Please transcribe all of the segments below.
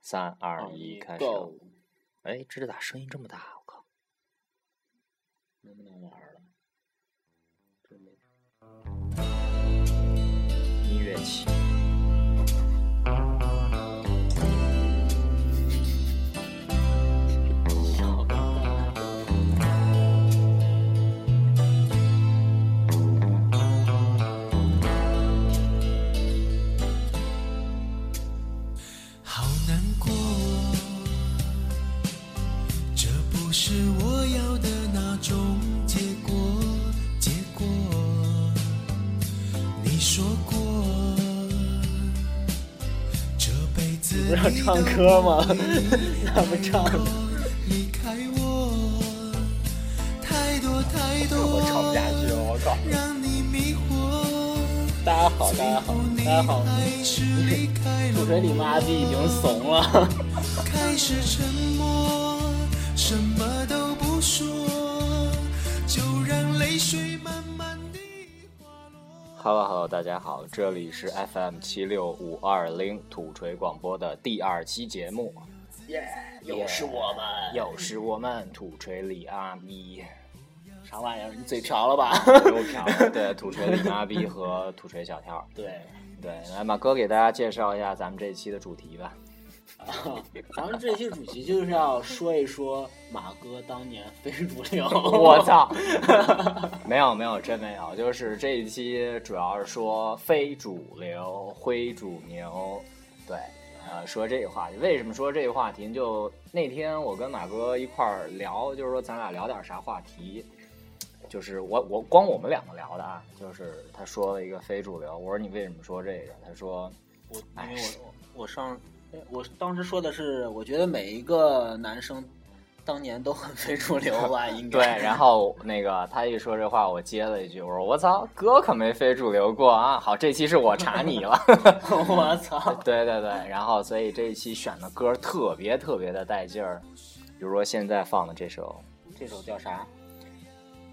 三哦二一，开始。 Go，哎，这咋声音这么大？我靠！能不能玩了？这没音乐起。好难过，这不是我要的那种结果。结果，你说过，这辈子不让你唱都歌不吗会 离那不开唱我离开我，太多太多，我唱不下去，我靠！让你迷惑。大家好，大家好，大家好，主主持人李妈逼已经怂了，开始沉默，什么都不说，就让泪水慢慢地滑落。 Hello Hello，大家好，这里是 FM 七六五二零土锤广播的第二期节目，耶，又是我们，又是我们土锤李阿 咪，啥玩意儿？你嘴瓢了吧？不用飘了对，土锤李阿咪和土锤小跳。对，对，来马哥给大家介绍一下咱们这期的主题吧。咱们这期主题就是要说一说马哥当年非主流。我！操！ 没有没有，真没有。就是这一期主要是说非主流、灰主牛，对，呃，说这个话题。为什么说这个话题？就那天我跟马哥一块儿聊，就是说咱俩聊点啥话题。就是我我光我们两个聊的啊，就是他说了一个非主流，我说你为什么说这个？他说我因为我我我上，哎我当时说的是，我觉得每一个男生当年都很非主流吧，应对，该。然后那个他一说这话，我接了一句，我说我操，哥可没非主流过啊。好，这期是我查你了。后我 操！对对对，然后所以这一期选的歌特别特别的带劲儿，比如说现在放的这首这首叫啥？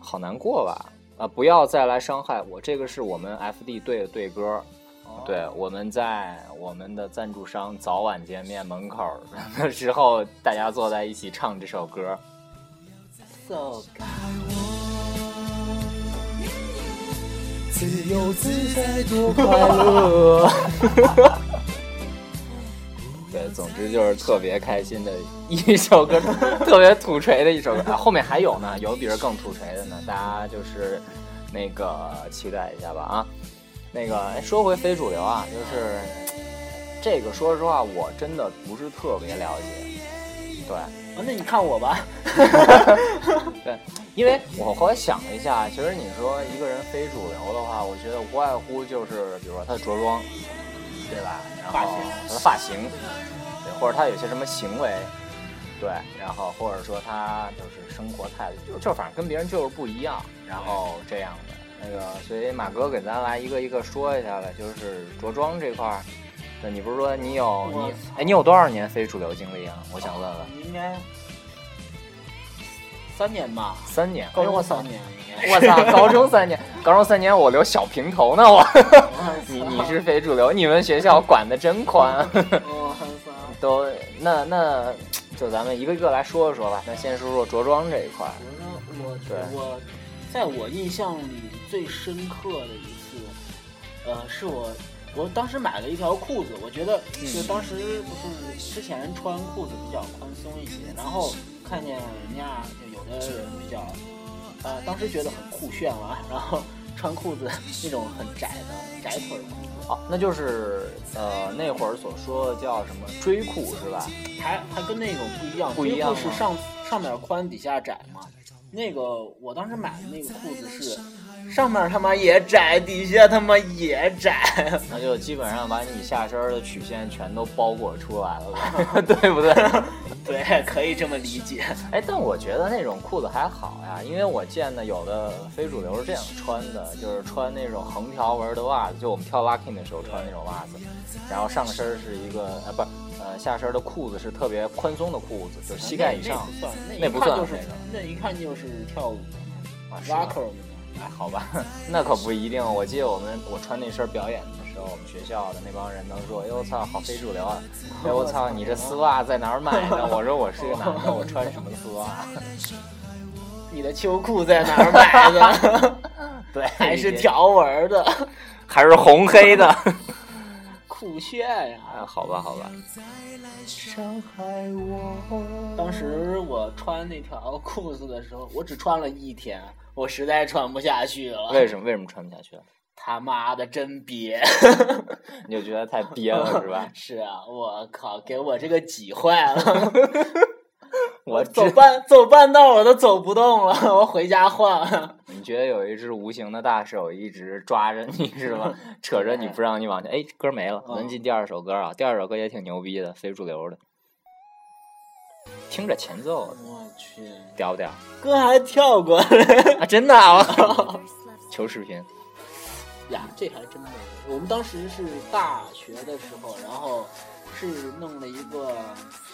《好难过》吧，啊，不要再来伤害我，这个是我们 FD 队的队歌，哦对，我们在我们的赞助商早晚见面门口儿的时候，大家坐在一起唱这首歌， ，so 自由自在多快乐。 对，总之就是特别开心的一首歌， 特别土锤的一首歌。啊后面还有呢，有比这更土锤的呢，大家就是那个期待一下吧啊。那个哎说回非主流啊，就是这个，说实话，我真的不是特别了解。对，啊，那你看我吧，对，因为我后来想了一下，其实你说一个人非主流的话，我觉得无外乎就是，比如说他的着装，对吧？然后发型他的发型，对，或者他有些什么行为，对，然后或者说他就是生活态度，就就反正跟别人就是不一样，然后这样的那个，所以马哥给咱来一个一个说一下呗，就是着装这块儿。对，你不是说你有我你操哎，你有多少年非主流经历啊？我想问问，应该三年吧，三年，高哎我中操三年 应该。我操，高中三年，高中三年我留小平头呢，我 我你你是非主流，你们学校管的真宽，啊我操！ 都那那就咱们一个一个来说说吧。那先说说着装这一块儿，我呢，我对我在我印象里最深刻的一次，呃，是我我当时买了一条裤子，我觉得嗯就当时不是之前穿裤子比较宽松一些，然后看见人家就有的人比较，呃，当时觉得很酷炫嘛，然后穿裤子那种很窄的窄腿裤子，哦、那就是呃那会儿所说的叫什么追裤是吧？还还跟那种不一样，不一样这个吗是上上面宽，底下窄嘛。那个我当时买的那个裤子是上面他妈也窄，底下他妈也窄。 那就基本上把你下身儿的曲线全都包裹出来了 呗，对不对？对，可以这么理解。哎，但我觉得那种裤子还好呀，因为我见的有的非主流是这样穿的，就是穿那种横条纹的袜子，就我们跳 locking 的时候穿那种袜子，然后上身是一个呃不是呃下身的裤子是特别宽松的裤子，就是膝盖以上那不算，哎那那不一算看就是那个那一看就是跳舞啊，是吗 rocker 那种。 哎好吧，那可不一定。我记得我们我穿那身表演的时候，我们学校的那帮人都说：“哎呦我操，好非主流 啊！哎我操，你这丝袜在哪儿买的？”我说：“我是个男的，我穿什么丝袜你的秋裤在哪儿买的？？” 对，还是条纹的 还是红黑的。酷炫呀、 哎，好吧，好吧，伤害我。当时我穿那条裤子的时候，我只穿了一天，我实在穿不下去了。为什么为什么穿不下去？啊他妈的真憋！？你就觉得太憋 了是吧是啊，我靠，给我这个挤坏 了，我走知半走半道我都走不动了， 我回家 换。你觉得有一只无形的大手一直抓着你是吧？扯着你不让你往前，哎，歌没了，能进第二首歌啊！第二首歌也挺牛逼的，非主流的，听着前奏我去， 屌不屌？哥还跳过啊，真的 啊！我求视频，呀，这还真没有。我们当时是大学的时候，然后是弄了一个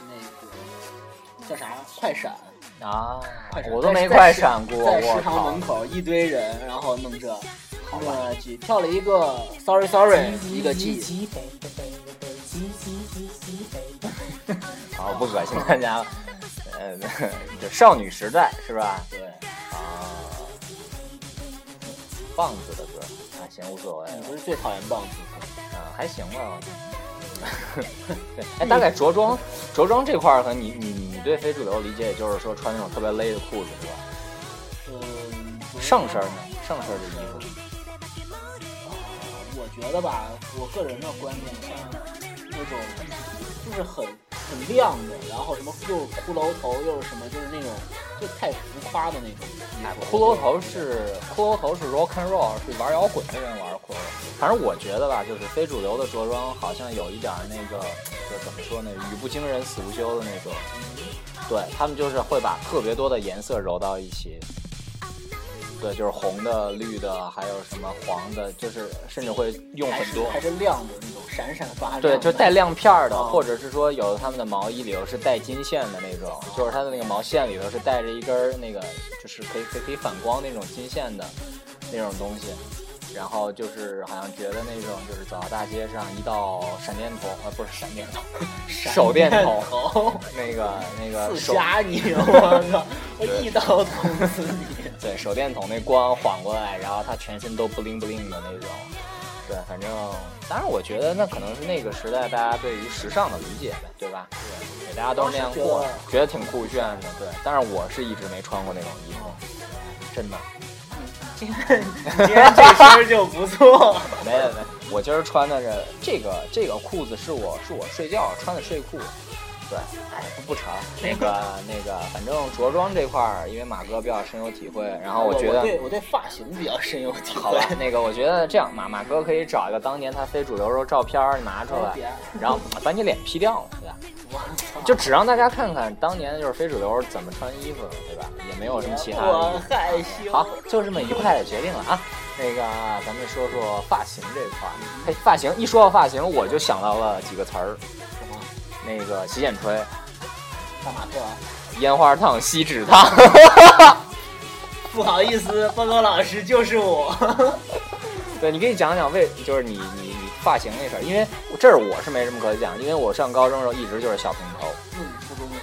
那个叫啥快闪。啊快闪我都没在快闪过，在我食堂靠门！口一堆人，然后弄这，弄了几跳了一个 sorry sorry 一个 G，啊，不恶心大家了。呃， 就少女时代是吧？对，啊，棒子的歌啊，行，无所谓你了，嗯不是最讨厌棒子吗？啊，还行吧。对， 哎，大概着装着装这块儿和你你你对非主流理解，就是说穿那种特别勒的裤子是吧？嗯，不是上身呢？上身的衣服呃我觉得吧，我个人的观点像那种就是很很亮的，然后什么又是骷髅头又是什么，就是那种就太浮夸的那种哎衣，服。骷髅头是骷髅头是 rock and roll，是玩摇滚的人玩骷髅。反正我觉得吧，就是非主流的着装好像有一点儿那个，就怎么说呢，语不惊人死不休的那种。对他们就是会把特别多的颜色揉到一起。对，就是红的、绿的，还有什么黄的，就是甚至会用还很是多。还是亮的那种，闪闪发亮对，的。就带亮片儿的，哦或者是说有的他们的毛衣里头是带金线的那种，就是它的那个毛线里头是带着一根儿那个，就是可以可以可以反光那种金线的那种东西。然后就是好像觉得那种就是走到大街上一道闪电筒，呃，不是闪电筒，手电筒，头。 那个那个刺手瞎你， 我操！我一刀捅死你！对手电筒那光晃过来，然后他全身都不灵不灵的那种。对，反正当然，我觉得那可能是那个时代大家对于时尚的理解呗，对吧？对，大家都是那样过，觉得挺酷炫的。对，但是我是一直没穿过那种衣服，真的今天这身就不错。没有没有。我今儿穿的是这个这个裤子是我是我睡觉穿的睡裤。对，哎，不不扯，那个那个，反正着装这块儿，因为马哥比较深有体会，然后我觉得对我对发型比较深有体好会吧。，那个我觉得这样，马马哥可以找一个当年他非主流时候照片儿拿出来别，然后把你脸 P 掉了，对吧？我操！就只让大家看看当年就是非主流怎么穿衣服，对吧？也没有什么其他的我害羞。好，就这么愉快的决定了啊。那个，咱们说说发型这块儿。嘿，发型一说到发型，我就想到了几个词儿，那个洗剪吹、干嘛去了？烟花烫、锡纸烫。 不好意思，报告老师，就是我。对，你可以讲讲为就是你你你发型那事儿，因为这儿我是没什么可讲，因为我上高中的时候一直就是小平头。那你嗯初中呢？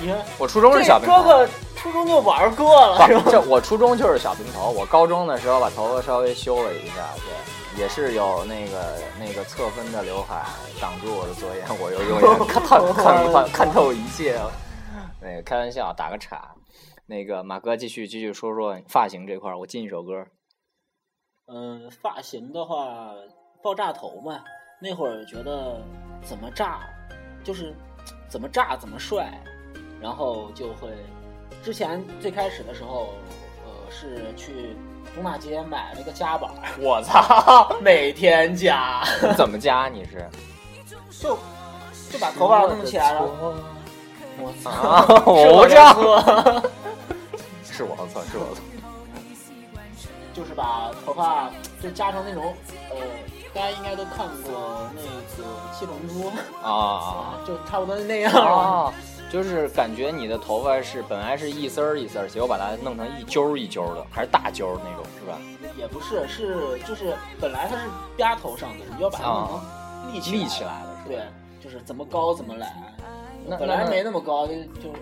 你看，我初中是小这平头哥，哥初中就玩过了，是不，吧？这我初中就是小平头。我高中的时候把头发稍微修了一下，对，也是有那个那个侧分的刘海挡住我的左眼，我又用眼看看看 看看透一切。那个开玩笑，打个岔。那个马哥继续继续说说发型这块儿，我进一首歌。嗯，发型的话，爆炸头嘛，那会儿觉得怎么炸，就是怎么炸怎么帅，然后就会，之前最开始的时候，呃，是去东大街买了个夹板，我操，每天夹，怎么加你 是？就就把头发弄起来了，哦我操，啊，我不知道，道，是我的错，是我的错。就是把头发就夹成那种，呃，大家应该都看过那个《七龙珠》。 啊啊啊！啊，就差不多是那样了。哦， 就是感觉你的头发是本来是一丝儿一丝儿，结果把它弄成一揪儿一揪儿的，还是大揪儿那种，是吧？也不是，是就是本来它是压头上的，你要把它弄成立起啊立起来了，是吧？对，就是怎么高怎么来。那本来那 没那么高，就就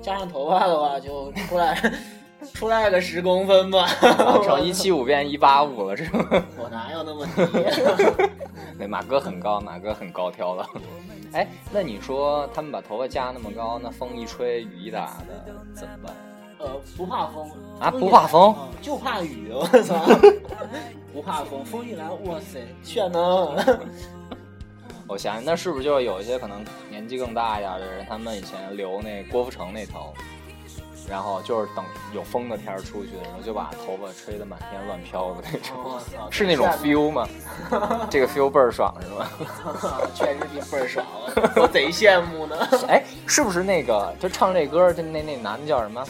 加上头发的话，就出来 出来个十公分吧。啊成一七五变一八五了，是 吗？我哪有那么低？啊那马哥很高，马哥很高挑了。 哎，那你说他们把头发夹那么高，那风一吹雨一打的怎么办？呃，不怕风啊不怕风嗯就怕雨。我操， 不怕风，风一来，哇塞，炫呢！嗯我想想，那是不是就是有一些可能年纪更大一点的人，他们以前留那郭富城那头，然后就是等有风的天儿出去的时候，就把头发吹得满天乱飘的那种，我操，是那啊种 feel 吗？这个 feel 倍儿爽是 吗？ 确实比倍儿爽，我贼羡 慕呢。哎，是不是那个就唱这歌儿就那那男的叫什么？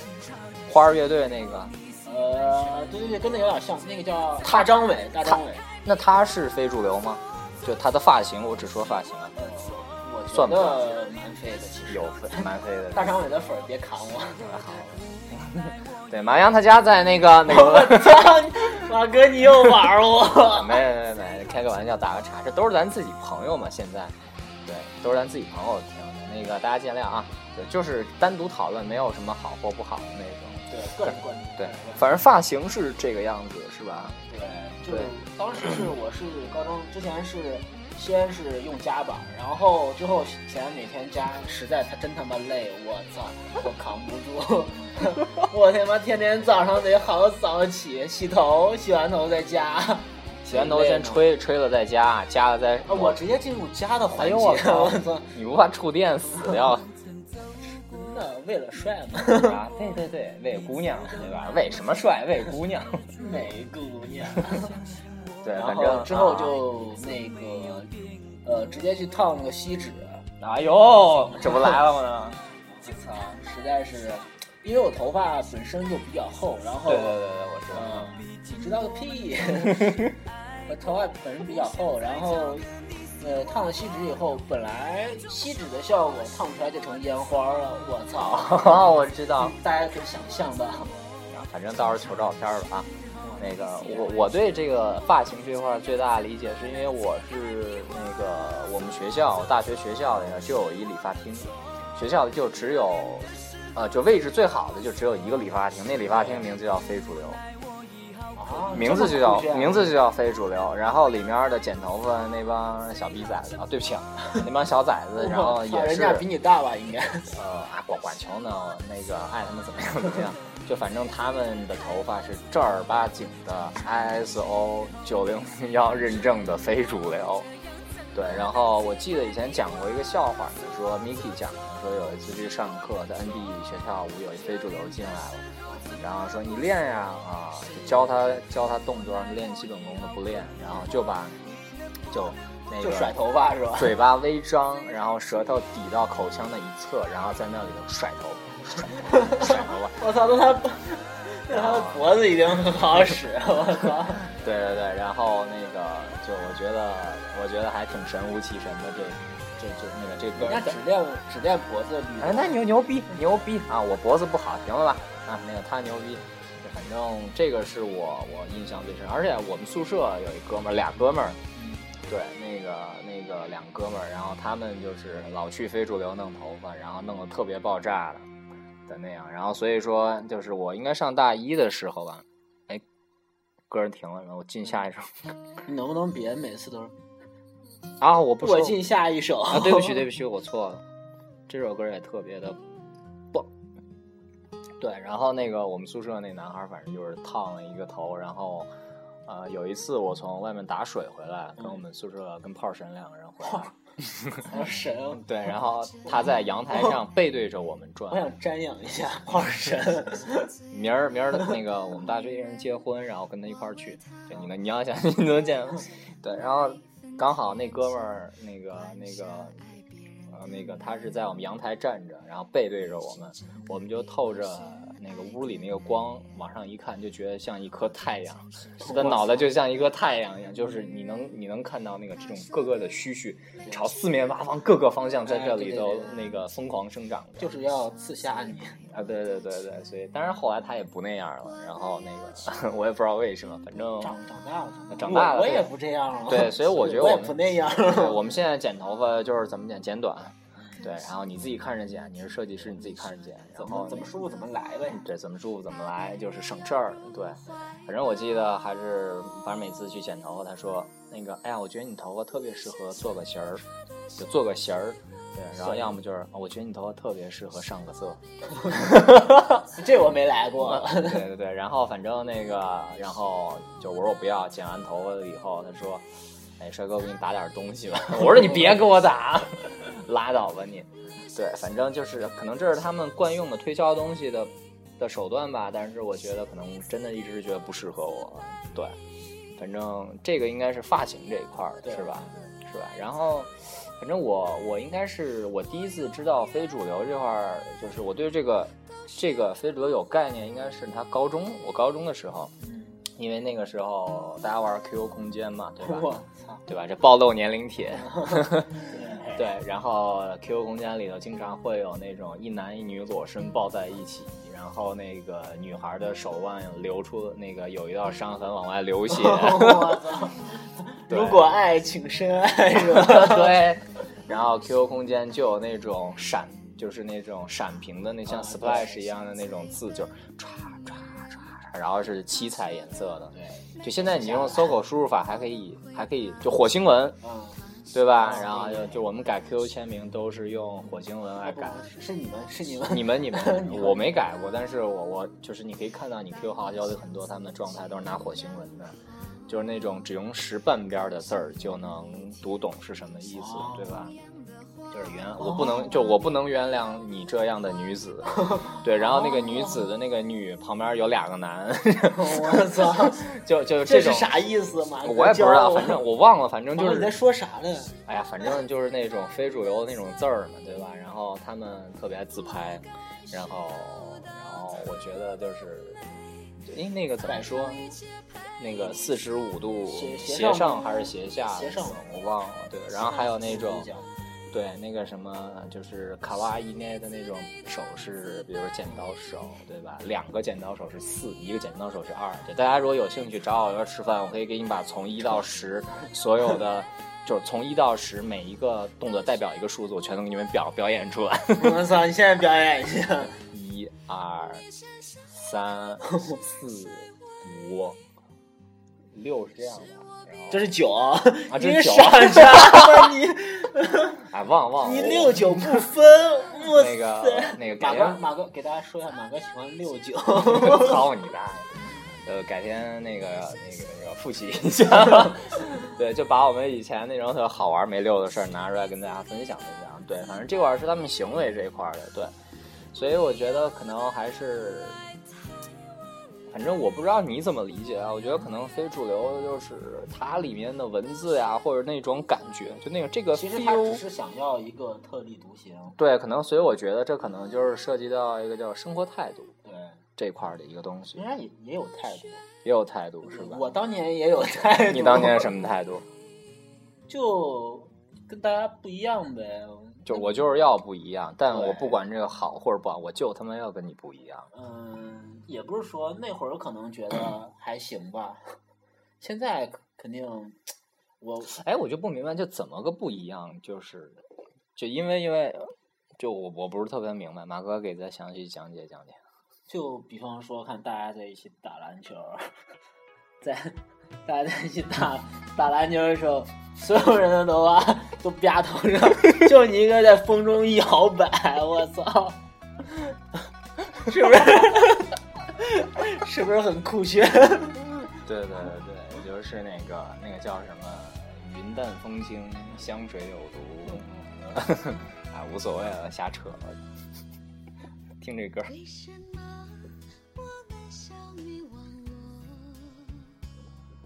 花儿乐队那个，呃，对对对，跟那有点像，那 个叫大张伟，大张伟。那他是非主流吗？就他的发型，我只说发型啊，呃，我觉算不得蛮飞的，其实。有非蛮非的。大张伟的粉儿别砍我。 对，马洋他家在那个那 个，操，马哥你又玩我！ 没没没，开个玩笑，打个岔，这都是咱自己朋友嘛，现在，对，都是咱自己朋友听的，那个大家见谅啊，对，就是单独讨论，没有什么好或不好的那种。对，个人观点。对，反正发型是这个样子，是吧？对，就是当时是我是高中之前是先是用夹板，然后之后前每天夹，实在他真他妈累，我操，我扛不住， 我他妈天天早上得好早起，洗头，洗完头再啊夹，洗完头先吹，吹了再加，加了再啊，我直接进入夹的哎环节，呦我操我操，，你不怕触电死 掉？那为了帅嘛，啊，对对对，为姑娘对吧？为什么帅？为姑娘。 美姑娘。对，然反后正啊之后就那个，呃，直接去烫了个锡纸。啊哎呦，这不来了 吗？我操，实在是，因为我头发本身就比较厚，然后对对对对，我知道。嗯，知道个屁！ 我头发本身比较厚，然后呃烫了锡纸以后，本来锡纸的效果烫出来就成烟花了，我操！ 哦，我知道。大家可以想象到，啊反正到时候求照片吧啊。那个，我我对这个发型这块儿最大的理解，是因为我是那个我们学校大学学校里呢就有一理发厅，学校里就只有，呃，就位置最好的就只有一个理发厅，那理发厅名字叫非主流。啊，名字就这么叫酷炫名 字就叫非主流，然后里面的剪头发那帮小逼崽子啊，对不起，啊， 那帮小崽子，然后我操也人是家比你大吧，应该。呃啊管管球呢，那个爱他们怎么样怎么样，就反正他们的头发是正儿八经的 ISO 九零零幺认证的非主流。对，然后我记得以前讲过一个笑话，就说 Miki 讲的，说有一次去上课，在 NDE 学跳舞，有一非主流进来了，然后说你练呀啊，就教他教他动作，让他练基本功的不练，然后就把就那就个甩头发是 吧？嘴巴微张，然后舌头抵到口腔的一侧，然后在那里头甩头，甩头，甩头发。我操，那 他那他的脖子已经很好使，我操！对对对，然后那个就我觉得，我觉得还挺神乎其神的这这这那个这歌人家儿。只练只练脖子捋。哎，那牛牛逼牛逼啊！我脖子不好，行了吧？啊，那个他牛逼。反正这个是我我印象最深，而且我们宿舍有一哥们儿，俩哥们儿，嗯对，那个那个两哥们儿，然后他们就是老去非主流弄头发，然后弄得特别爆炸的的那样，然后所以说就是我应该上大一的时候吧，哎，歌儿停了，然后我进下一首你能不能别每次都是 啊，我不说嗯我进下一首啊，对不起，对不起，我错了。这首歌也特别的棒。对，然后那个我们宿舍那男孩，反正就是烫了一个头，然后呃，有一次我从外面打水回来，跟我们宿舍跟炮神两个人回来， 好神哦！对，然后他在阳台上背对着我们转 我，想瞻仰一下好神。明儿明儿的那个我们大学一人结婚，然后跟他一块儿去。对，你能你要想 你能见，对，然后刚好那哥们儿那个那个，呃，呃那个他是在我们阳台站着，然后背对着我们，我们就透着那个屋里那个光往上一看，就觉得像一颗太阳，他的脑袋就像一颗太阳一样，就是你能你能看到那个这种各个的须须朝四面八方各个方向在这里哎头对对对那个疯狂生长着。就是要刺瞎你。啊，对对对对，所以当然后来他也不那样了，然后那个 我也不知道为什么，反正长长大了，长大了我我对也不这样了。对所以我觉得 我也我们不那样。 对我们现在剪头发就是怎么剪，剪短，对，然后你自己看着剪，你是设计师你自己看着剪，然怎后么怎么舒服怎么来呗。对，怎么舒服怎么来，就是省事儿。对，反正我记得还是，反正每次去剪头发，他说那个，哎呀，我觉得你头发特别适合做个型儿，就做个型儿。对，然后要么就是，哦我觉得你头发特别适合上个色。嗯这我没来过。对对对，然后反正那个，然后就我说我不要，剪完头发了以后，他说，哎，帅哥，我给你打点东西吧。我说你别给我打，拉倒吧你。对，反正就是可能这是他们惯用的推销东西的的手段吧，但是我觉得可能真的一直是觉得不适合我。对，反正这个应该是发型这一块儿对是吧？是吧？然后。反正我我应该是我第一次知道非主流这块儿，就是我对这个这个非主流有概念，应该是他高中我高中的时候，因为那个时候大家玩 QQ 空间嘛，对 我吧？操！对吧？这暴露年龄帖，对对，然后 QQ 空间里头经常会有那种一男一女裸身抱在一起，然后那个女孩的手腕流出那个有一道伤痕往外流血， 我操！嗯对如果爱，请深爱， 是吧？ 对，然后 QQ 空间就有那种闪，就是那种闪屏的那像啊 splash 一样的那种字，就是唰唰唰，然后是七彩颜色的。对，就现在你用搜狗输入法还可以，还可以就火星文，嗯，对吧？然后就就我们改 QQ 签名都是用火星文来不 改。不是你们，是你们。你们你们，我没改过，但是我我就是你可以看到你 QQ 号交的很多他们的状态都是拿火星文的，就是那种只用识半边儿的字儿就能读懂是什么意思哦，对吧？就是原我不能就我不能原谅你这样的女 子，对，然后那哦个女子的那个女旁边有两个男，我操！ 就就这种是啥哦意思嘛？我也不知道，反正我忘了，反正你就啊你在是，说啥呢？哎呀，反正就是那种非主流的那种字儿嘛，对吧？然后他们特别爱自拍，然后，然后我觉得就是，哎，那个怎么说？那个四十五度斜斜斜上上还是斜下？斜上我忘了。对，然后还有那种对那个什么，就是卡哇伊内的那种手势，比如剪刀手，对吧？两个剪刀手是四，一个剪刀手是二。对，大家如果有兴趣找我一块儿吃饭，我可以给你把从一到十所有的，就是从一到十每一个动作代表一个数字，我全都给你们表表演出来。 我操！你现在表演一下。一二三四五六是这样的，然后这是酒啊，啊这你是个酒傻叉吧你！ 哎忘了忘了你我六九不分，我那个塞那个马改哥天马哥给大家说一下，马哎哥喜欢六九， 操你大爷！呃，改天那个那个那个复习一下， 对，就把我们以前那种特好玩没溜的事儿拿出来跟大家分享一下。对，反正这块儿是他们行为这一块儿的，对，所以我觉得可能还是，反正我不知道你怎么理解啊。我觉得可能非主流的就是它里面的文字呀，或者那种感觉，就那个这个 feel。其实他只是想要一个特立独行，对，可能所以我觉得这可能就是涉及到一个叫生活态度对，这块儿的一个东西人，家也也有态度，也有态度是吧？嗯我当年也有态度，你 当年是什么态度？就跟大家不一样呗，就我就是要不一样，但我对不管这个好或者不好，我就他妈要跟你不一样。嗯，也不是说那会儿可能觉得还行吧，现在肯定我哎，我就不明白，就怎么个不一样？就是，就因为因为，就我我不是特别明白，马哥给再详细讲解讲解。就比方说，看大家在一起打篮球，在大家在一起打打篮球的时候，所有人的头发都啪头上，就你一个在风中摇摆，我操，是不是？ 是不是很酷炫？对对对对，就是那个那个叫什么“云淡风轻，香水有毒”，啊，无所谓了， 瞎扯。听这歌儿，为什么我们相遇网络？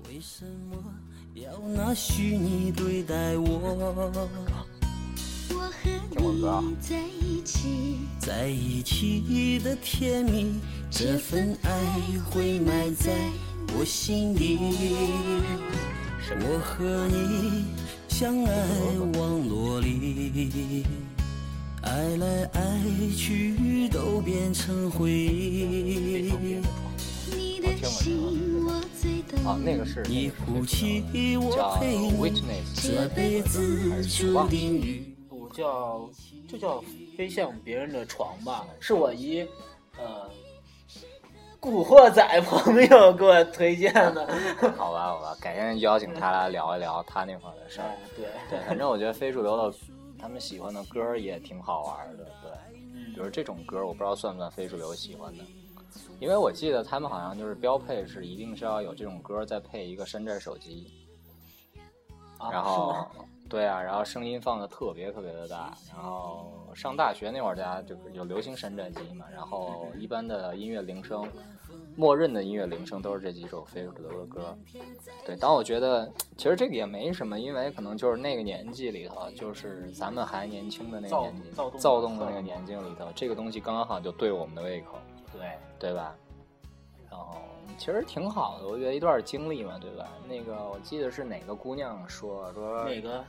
为什么要拿虚拟对待我？我和你在一起，在一起的甜蜜，这份爱会埋在我心底。我和你相爱网络里，爱来爱去都变成回忆。你的心我最哦，懂。那个是你哭泣，我叫陪你，这 Witness，辈子注定与。我叫就叫飞向别人的床吧，是我一呃古惑仔朋友给我推荐 的。好吧好吧，改天邀请他来聊一聊他那会儿的事儿哎。，对，对，反正我觉得非主流的，他们喜欢的歌儿也挺好玩儿的。对，嗯比如这种歌儿，我不知道算不算非主流喜欢的，因为我记得他们好像就是标配是一定是要有这种歌儿，再配一个山寨手机。啊然是后吗对啊，然后声音放的特别特别的大。然后上大学那会儿，大家就是有流行山寨机嘛，然后一般的音乐铃声，默认的音乐铃声都是这几首非主流的歌。对，但我觉得其实这个也没什么，因为可能就是那个年纪里头，就是咱们还年轻的那个躁年纪，躁动躁动的那个年纪里头，这个东西刚刚好就对我们的胃口。对，对吧？然后其实挺好的，我觉得一段经历嘛，对吧？那个我记得是哪个姑娘说说哪个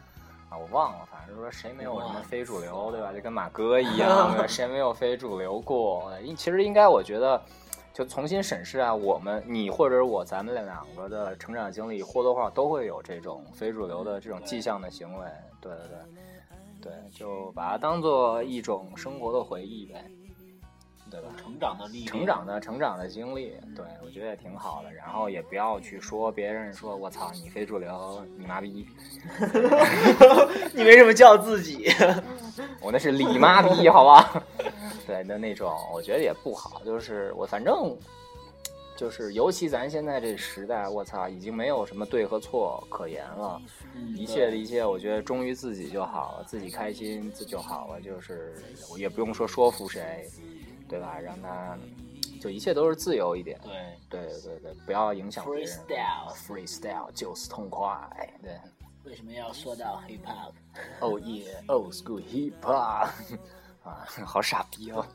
啊，我忘了，反正说谁没有什忘么了非主流，对吧？就跟马哥一样， 对吧谁没有非主流过？应其实应该，我觉得就重新审视啊，我们你或者我，咱们两个的成长经历或多或少都会有这种非主流的这嗯种迹象的行为，对对对，对，就把它当做一种生活的回忆呗，对吧？成长的历练成长的成长的经历，对我觉得也挺好的。然后也不要去说别人说我操你非主流，你妈逼，你为什么叫自己？我那是你妈逼，好吧？对，那那种我觉得也不好。就是我反正就是，尤其咱现在这时代，我操，已经没有什么对和错可言了。嗯 一切的一切，我觉得忠于自己就好了，自己开心自就好了，就是我也不用说说服谁，对吧？让他就一切都是自由一点。对，对对对，不要影响别人。 Freestyle freestyle 就是痛快。对为什么要说到 hip hop？ ，Oh yeah，old school hip hop，啊， 好傻逼哦。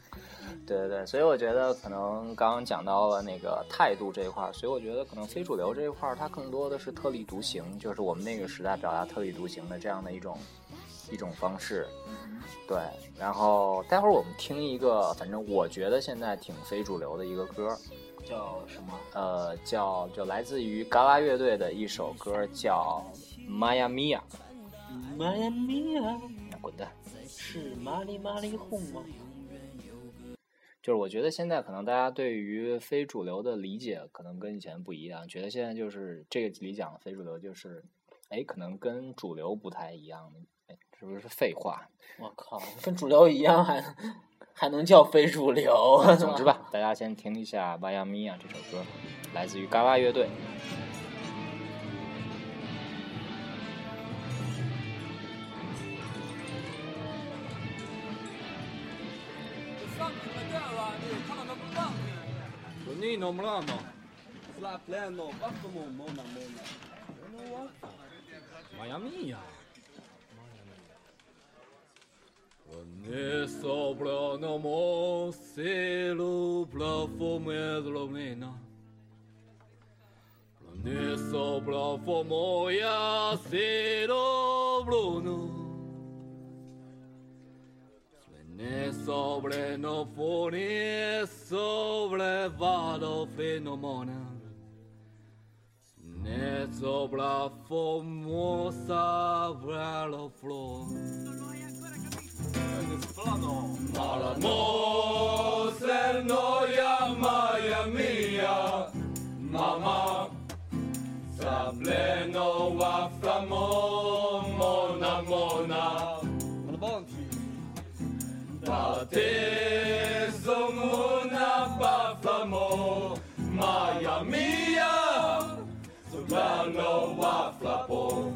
对对对，所以我觉得可能刚刚讲到了那个态度这一块儿，所以我觉得可能非主流这一块儿，它更多的是特立独行，就是我们那个时代表达特立独行的这样的一种一种方式。对，然后待会儿我们听一个，反正我觉得现在挺非主流的一个歌儿，叫什么？呃，叫就来自于嘎啦乐队的一首歌叫《玛雅米亚妈呀咪呀，》，滚蛋！是麻利麻利哄吗？就是我觉得现在可能大家对于非主流的理解可能跟以前不一样，觉得现在就是这个理讲的非主流就是，哎，可能跟主流不太一样，哎，是不是废话？我靠，跟主流一样还还能叫非主流？总之吧，大家先听一下《玛雅米亚》这首歌，来自于嘎啦乐队。 Ne sopra namo se lo plafome zlomljena. Ne sopra fomoja se lo bruno. Ne sobre no fone sobre vado fenomena. Ne sobra formosa velo flor. Malamo ser noia maia mia Mama Sa pleno wa framo mona mona Da te somuna ba flamo Maia mia So plano wa flapo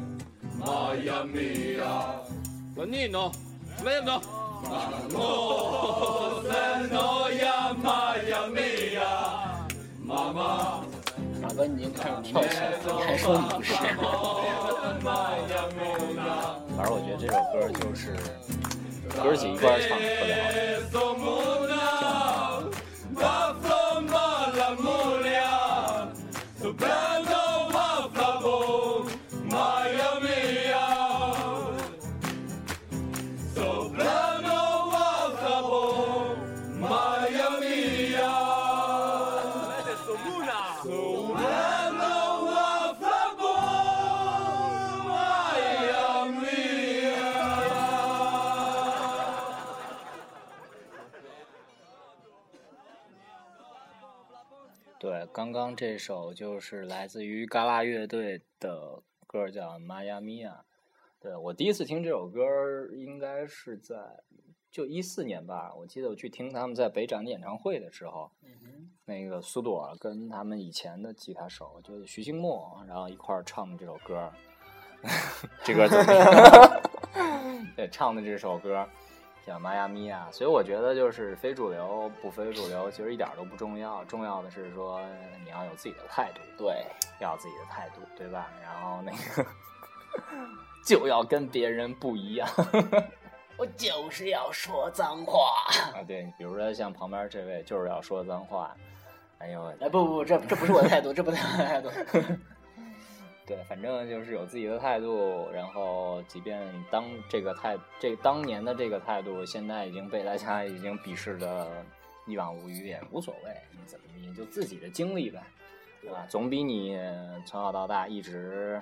Maia mia Planino, pleno Noia, Maia mia, mamma, 马哥，你已经开始跳起来了，你还说你不是？ Maia mona, 反正我觉得这首歌就是哥儿几一块儿唱特别好听。对，刚刚这首就是来自于嘎啦乐队的歌，叫《迈阿密啊》。对我第一次听这首歌儿，应该是在就一四年吧。我记得我去听他们在北展的演唱会的时候，那个苏朵儿跟他们以前的吉他手，就是徐静默，然后一块儿唱的这首歌儿。 这歌儿怎么样？ 对，唱的这首歌儿叫《迈阿密啊》，所以我觉得就是非主流不非主流，其实一点儿都不重要，重要的是说你要有自己的态度，对，要有自己的态度，对吧？然后那个 就要跟别人不一样我就是要说脏话。啊！对，比如说像旁边这位就是要说脏话，哎呦，哎，不不不，这这不是我的态度，这不是我的态度。 对，反正就是有自己的态度，然后即便当这个态这当年的这个态度，现在已经被大家已经鄙视的一往无余，也无所谓，你怎么你就自己的经历呗，对吧？总比你从小到大一直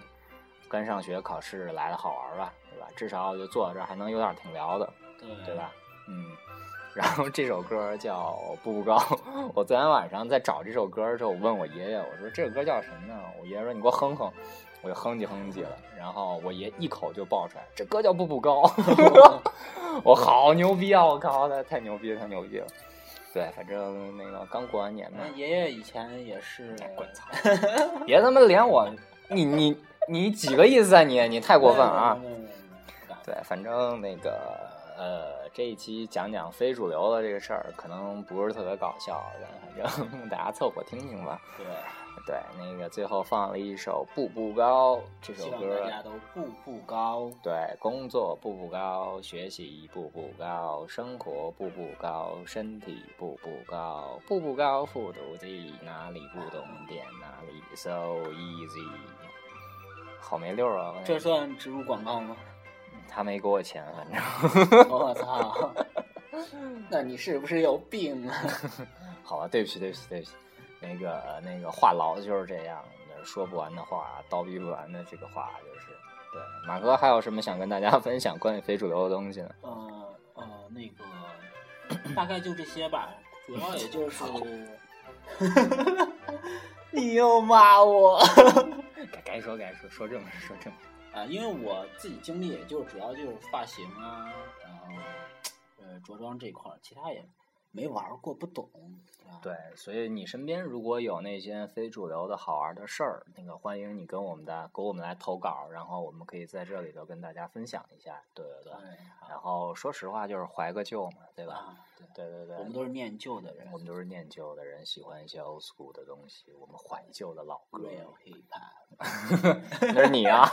跟上学考试来的好玩吧，对吧？至少就坐在这儿还能有点挺聊的，对对？吧？嗯，然后这首歌叫《步 步高》，我昨天晚上在找这首歌的时候，我问我爷爷，我说这首歌叫什么呢？我爷爷说你给我哼哼，我就哼唧哼唧了，然后我爷一口就爆出来，这歌叫《步步高》， 我好牛逼啊！我靠，太太牛逼了，太牛逼了！对，反正那个刚过完年嘛，那爷爷以前也是，滚操！别他妈连我，你你你几个意思啊你？你太过分了啊！没有！没有没有没有对，反正那个呃，这一期讲讲非主流的这个事儿，可能不是特别搞笑，但反正大家凑合听听吧。对，对，那个最后放了一首《步步高》这首希望歌大，家都步步高。对，工作步步高，学习步步高，生活步步高，身体步步高，步步高复读机，哪里不懂点哪里，so easy。好没溜儿啊！这算植入广 告吗？他没给我钱，反正。我操！那你是不是有病啊？好吧，对不起，对不起，对不起。那个那个话痨就是这样，说不完的话，叨逼不完的这个话，就是对。马哥还有什么想跟大家分享关于非主流的东西呢？呃呃，那个大概就这些吧，主要也就是， 你又骂我该该说该说，说正事说正事。啊，因为我自己经历也就主要就是发型啊，然后呃着装这一块儿，其他也没玩儿过，不懂。啊对，所以你身边如果有那些非主流的好玩的事儿，那个欢迎你跟我们的给我们来投稿，然后我们可以在这里头跟大家分享一下。对对对。对然后说实话就是怀个旧嘛，对吧？啊，对，对对对。我们都是念旧的人我，们都是念旧的人，喜欢一些 old school 的东西，我们怀旧的老歌。 real hip hop。 那是你啊，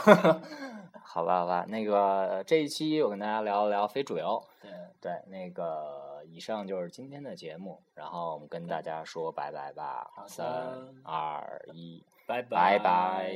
好吧好吧，那个呃这一期我跟大家聊一聊非主流，对，对，那个以上就是今天的节目，然后我们跟大家说拜拜吧好，的三二一，拜拜拜拜